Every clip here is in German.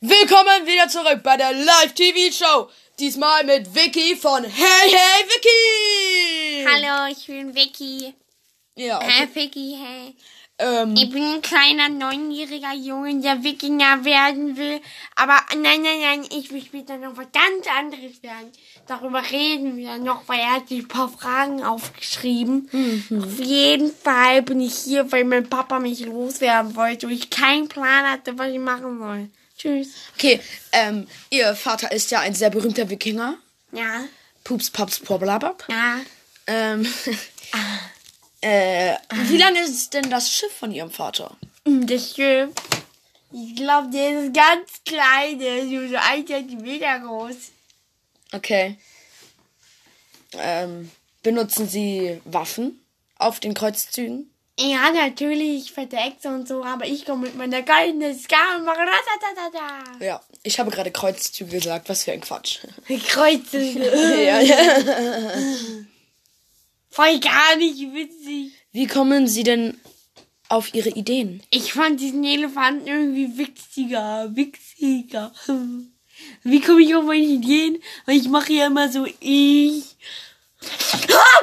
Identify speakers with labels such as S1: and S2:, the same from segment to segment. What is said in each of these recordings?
S1: Willkommen wieder zurück bei der Live-TV-Show. Diesmal mit Vicky von Hey Hey Vicky.
S2: Hallo, ich bin Vicky.
S1: Ja, okay.
S2: Hey, Vicky, hey.
S1: ähm,
S2: Ich bin ein kleiner neunjähriger Junge, der Wikinger werden will. Aber nein, nein, nein, ich will später noch was ganz anderes werden. Darüber reden wir noch, weil er hat sich ein paar Fragen aufgeschrieben. Auf jeden Fall bin ich hier, weil mein Papa mich loswerden wollte und ich keinen Plan hatte, was ich machen soll. Tschüss.
S1: okay. Ähm, ihr Vater ist ja ein sehr berühmter Wikinger.
S2: Ja,
S1: Pups, Paps, Poblabab.
S2: ja.
S1: Ähm, äh, wie lange ist denn das Schiff von ihrem Vater?
S2: Mm, Das Schiff. Ich glaube, der ist ganz klein, der ist nur so ein Zentimeter groß.
S1: Okay. Ähm, benutzen sie Waffen auf den Kreuzzügen?
S2: Ja, natürlich, fette Echse und so, aber ich komme mit meiner goldenen Scar und mache ratatatata.
S1: Ja, ich habe gerade Kreuzzüge gesagt. Was für ein Quatsch.
S2: Kreuze.
S1: ja, ja.
S2: Voll gar nicht witzig.
S1: Wie kommen Sie denn auf Ihre Ideen?
S2: Ich fand diesen Elefanten irgendwie witziger, witziger. Wie komme ich auf meine Ideen? Weil ich mache ja immer so ich.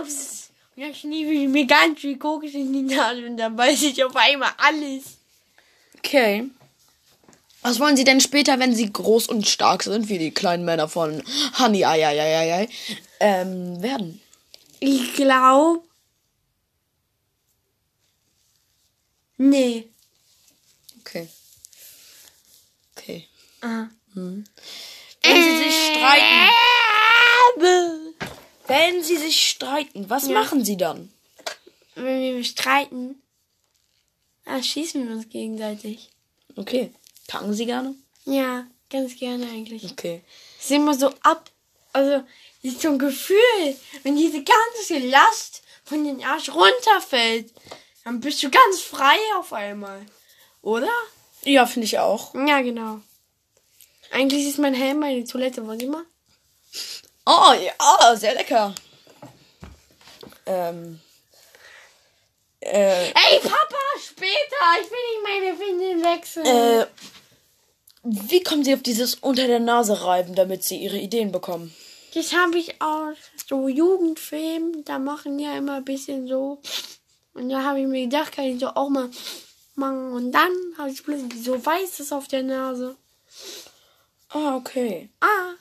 S2: Ups! Und dann schniebe ich mir ganz viel Kokos in die Nase und dann weiß ich auf einmal alles.
S1: Okay. Was wollen Sie denn später, wenn Sie groß und stark sind, wie die kleinen Männer von Honey, ai, ai, ai, ai, ai, ähm, werden?
S2: Ich glaube. Nee.
S1: Okay. Okay. Hm.
S2: Ah.
S1: Wenn Sie sich streiten,
S2: Bäh.
S1: wenn Sie sich streiten, was machen Sie dann?
S2: Wenn wir streiten, dann schießen wir uns gegenseitig.
S1: Okay. Kacken Sie gerne?
S2: Ja, ganz gerne eigentlich.
S1: Okay.
S2: Es ist immer so ab. Also, es ist so ein Gefühl, wenn diese ganze Last von den Arsch runterfällt, dann bist du ganz frei auf einmal. Oder?
S1: Ja, finde ich auch.
S2: Ja, genau. Eigentlich ist mein Helm meine Toilette, wollen Sie mal?
S1: Oh, ja, sehr lecker. Ähm. Äh,
S2: Ey, Papa, später! Ich will nicht meine Windeln wechseln.
S1: Äh, wie kommen Sie auf dieses unter der Nase reiben, damit Sie Ihre Ideen bekommen?
S2: Das habe ich aus so Jugendfilmen, da machen die ja immer ein bisschen so. Und da habe ich mir gedacht, kann ich doch auch mal machen. Und dann habe ich plötzlich so Weißes auf der Nase.
S1: Ah, okay.
S2: Ah,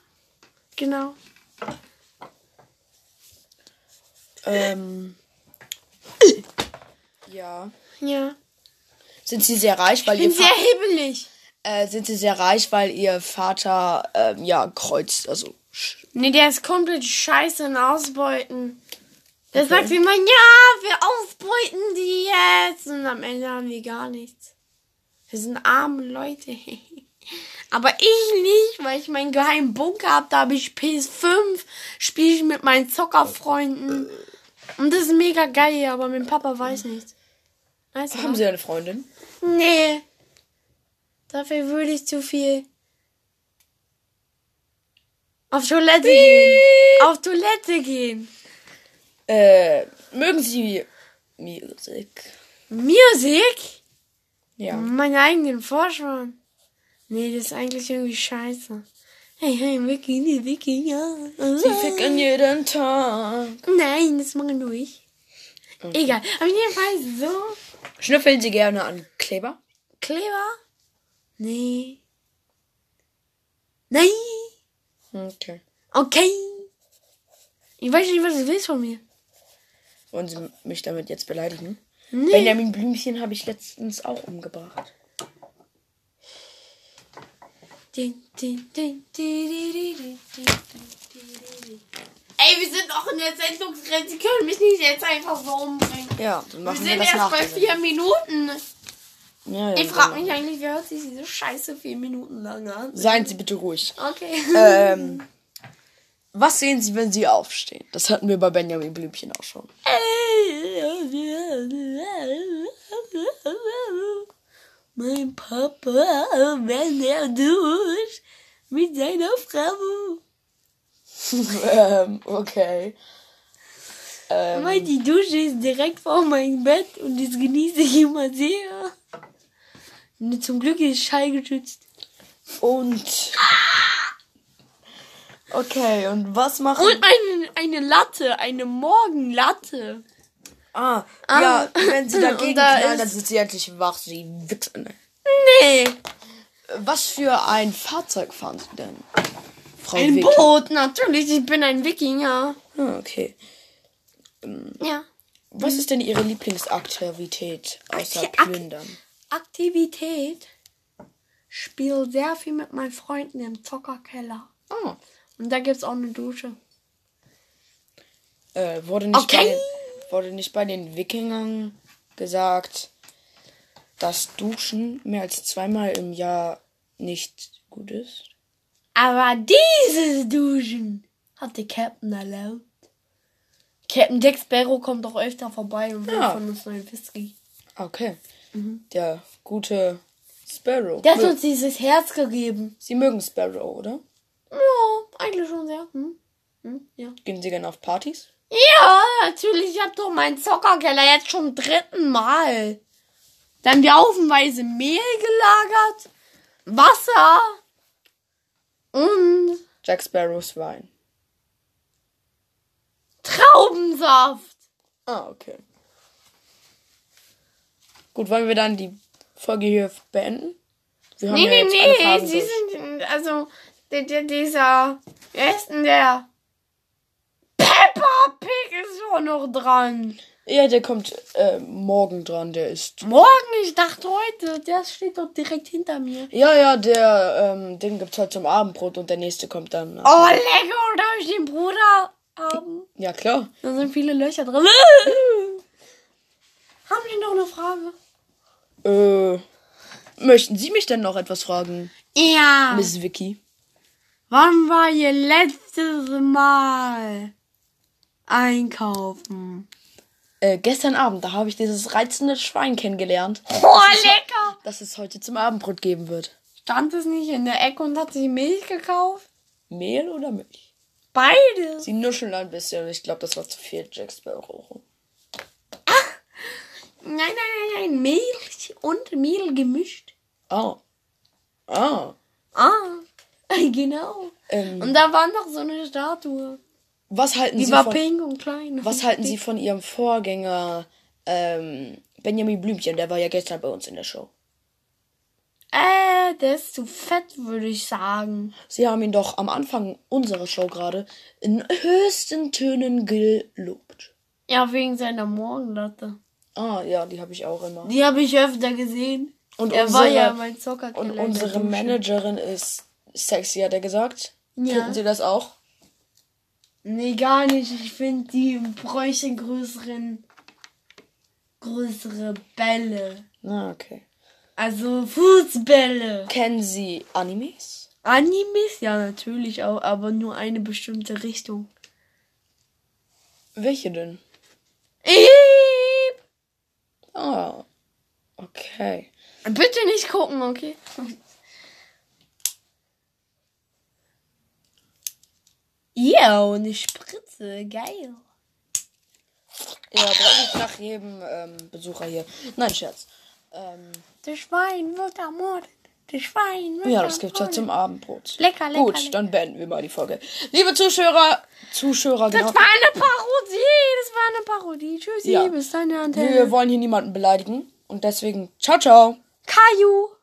S2: genau.
S1: Ähm. Ja.
S2: Ja.
S1: Sind Sie sehr reich, weil Ihr
S2: Bin sehr
S1: Vater,
S2: hibbelig.
S1: äh, sind Sie sehr reich, weil Ihr Vater ähm, ja kreuzt, also sch-
S2: Nee, der ist komplett scheiße in Ausbeuten. Der sagt immer, ja, wir ausbeuten die jetzt. Und am Ende haben wir gar nichts. Wir sind arme Leute. Aber ich nicht, weil ich meinen geheimen Bunker hab. Da habe ich PS5, spiele ich mit meinen Zockerfreunden. Und das ist mega geil, aber mein Papa weiß nichts. Weißt du,
S1: haben Sie eine Freundin?
S2: Nee. Dafür würde ich zu viel. Auf Toilette gehen. Auf Toilette gehen.
S1: Äh, mögen Sie Musik?
S2: Musik?
S1: Ja.
S2: Meine eigenen Vorschwan. Nee, das ist eigentlich irgendwie scheiße. Hey, hey, Vicky, die Vicky, ja.
S1: Sie ficken jeden Tag.
S2: Nein, das machen nur ich. Egal. Auf jeden Fall so.
S1: Schnüffeln Sie gerne an Kleber?
S2: Kleber? Nee. Nein.
S1: Okay.
S2: Okay. Ich weiß nicht, was du willst von mir.
S1: Wollen Sie mich damit jetzt beleidigen?
S2: Nee.
S1: Benjamin Blümchen habe ich letztens auch umgebracht.
S2: Din, din, din, di, di, di, di, di, di, di, di. Ey, wir sind auch in der Sendungsgrenze. Sie können mich nicht jetzt einfach so umbringen.
S1: Ja, dann
S2: Wir
S1: machen wir,
S2: sind
S1: das
S2: erst
S1: nach.
S2: bei
S1: der Sendung.
S2: vier Minuten.
S1: Ja, ja,
S2: Ich frage
S1: genau.
S2: mich eigentlich, wer hört sich diese Scheiße vier Minuten lang an?
S1: Seien Sie bitte ruhig.
S2: Okay.
S1: Ähm, was sehen Sie, wenn Sie aufstehen? Das hatten wir bei Benjamin Blümchen auch schon.
S2: Mein Papa, wenn er durch mit seiner Frau.
S1: ähm, okay. Ähm,
S2: Weil die Dusche ist direkt vor meinem Bett und das genieße ich immer sehr. Und zum Glück ist Schall geschützt.
S1: Und. Okay, und was machen.
S2: Und eine, eine Latte, eine Morgenlatte.
S1: ah, ja, wenn sie dagegen
S2: Und da
S1: knallen,
S2: ist-
S1: dann sind sie endlich wach, sie Wichsen.
S2: Nee,
S1: Was für ein Fahrzeug fahren sie denn? Frau
S2: ein
S1: Wick.
S2: Boot, natürlich. Ich bin ein Wikinger.
S1: Ah, okay.
S2: Ja.
S1: Was ist denn ihre Lieblingsaktivität außer
S2: Akti- Ak-
S1: Plündern?
S2: Aktivität. Spiel sehr viel mit meinen Freunden im Zockerkeller.
S1: Ah,
S2: Und da gibt's auch eine Dusche.
S1: äh, wurde nicht, bei
S2: Okay.
S1: den, wurde nicht bei den Wikingern gesagt, dass Duschen mehr als zweimal im Jahr nicht gut ist?
S2: Aber dieses Duschen hat der Captain erlaubt. Captain Jack Sparrow kommt doch öfter vorbei und will
S1: Ja.
S2: von uns neuen Whisky.
S1: Ah, Okay. Der gute Sparrow.
S2: Mhm. Der hat
S1: Mö-
S2: uns dieses Herz gegeben.
S1: Sie mögen Sparrow, oder?
S2: Ja, eigentlich schon sehr. Hm? Hm? Ja.
S1: Gehen Sie gerne auf Partys?
S2: ja, natürlich. Ich hab doch meinen Zockerkeller jetzt schon dritten Mal. Da haben wir haufenweise Mehl gelagert, Wasser und
S1: Jack Sparrows Wein.
S2: Traubensaft.
S1: Ah, okay. Gut, wollen wir dann die Folge hier beenden? Wir haben
S2: Nee,
S1: ja jetzt
S2: nee,
S1: alle
S2: nee,
S1: Phasen
S2: sie
S1: durch.
S2: sind, also, der, der, dieser, wer ist denn der? Peppa Pig ist schon noch dran.
S1: Ja, der kommt äh, morgen dran, der ist.
S2: Morgen, ich dachte heute, der steht doch direkt hinter mir.
S1: Ja, ja, der, ähm, den gibt's heute zum Abendbrot und der nächste kommt dann.
S2: Oh, lecker, darf ich den Bruder haben?
S1: Ja, klar.
S2: Da sind viele Löcher drin. haben Sie noch eine Frage?
S1: Äh, möchten Sie mich denn noch etwas fragen,
S2: Ja.
S1: Miss Vicky?
S2: Wann war Ihr letztes Mal einkaufen?
S1: Äh, gestern Abend, da habe ich dieses reizende Schwein kennengelernt,
S2: Oh, lecker.
S1: das es heute zum Abendbrot geben wird.
S2: Stand es nicht in der Ecke und hat sich Milch gekauft?
S1: Mehl oder Milch?
S2: Beides.
S1: Sie nuscheln ein bisschen, ich glaube, das war zu viel Jack Sparrow.
S2: Nein, nein, nein, nein. Milch und Mehl gemischt.
S1: Ah. Ah.
S2: Ah, genau.
S1: Ähm.
S2: Und da war noch so eine Statue.
S1: Was halten
S2: Die
S1: Sie
S2: war
S1: von,
S2: pink und klein.
S1: was halten Sie von Ihrem Vorgänger ähm, Benjamin Blümchen? Der war ja gestern bei uns in der Show.
S2: Äh, der ist zu fett, würde ich sagen.
S1: Sie haben ihn doch am Anfang unserer Show gerade in höchsten Tönen gelobt.
S2: Ja, wegen seiner Morgenlatte.
S1: Ah, ja, die habe ich auch immer.
S2: Die habe ich öfter gesehen.
S1: Und
S2: er
S1: unsere-
S2: war ja mein Zockerkeller.
S1: Und
S2: in der
S1: unsere
S2: Dusche.
S1: Managerin ist sexy, hat er gesagt.
S2: Ja.
S1: Finden Sie das auch?
S2: Nee, gar nicht. Ich finde, die bräuchte größeren, größere Bälle.
S1: Na, okay.
S2: Also Fußbälle.
S1: Kennen Sie Animes?
S2: Animes, ja natürlich auch, aber nur eine bestimmte Richtung.
S1: Welche denn?
S2: Iiip.
S1: Ah, okay.
S2: Bitte nicht gucken, okay? Ja, und eine Spritze, geil.
S1: Ja, brauche ich nach jedem ähm, Besucher hier. Nein, Scherz. Ähm,
S2: Das Schwein wird ermordet. Das Schwein wird
S1: ja, das gibt's ja zum Abendbrot.
S2: Lecker, lecker,
S1: Gut,
S2: lecker.
S1: dann beenden wir mal die Folge. Liebe Zuschauer, Zuschauer,
S2: Das
S1: genau.
S2: war eine Parodie, das war eine Parodie. Tschüssi,
S1: Ja.
S2: bis dann,
S1: Wir
S2: Antenne.
S1: wollen hier niemanden beleidigen und deswegen ciao ciao.
S2: Caillou.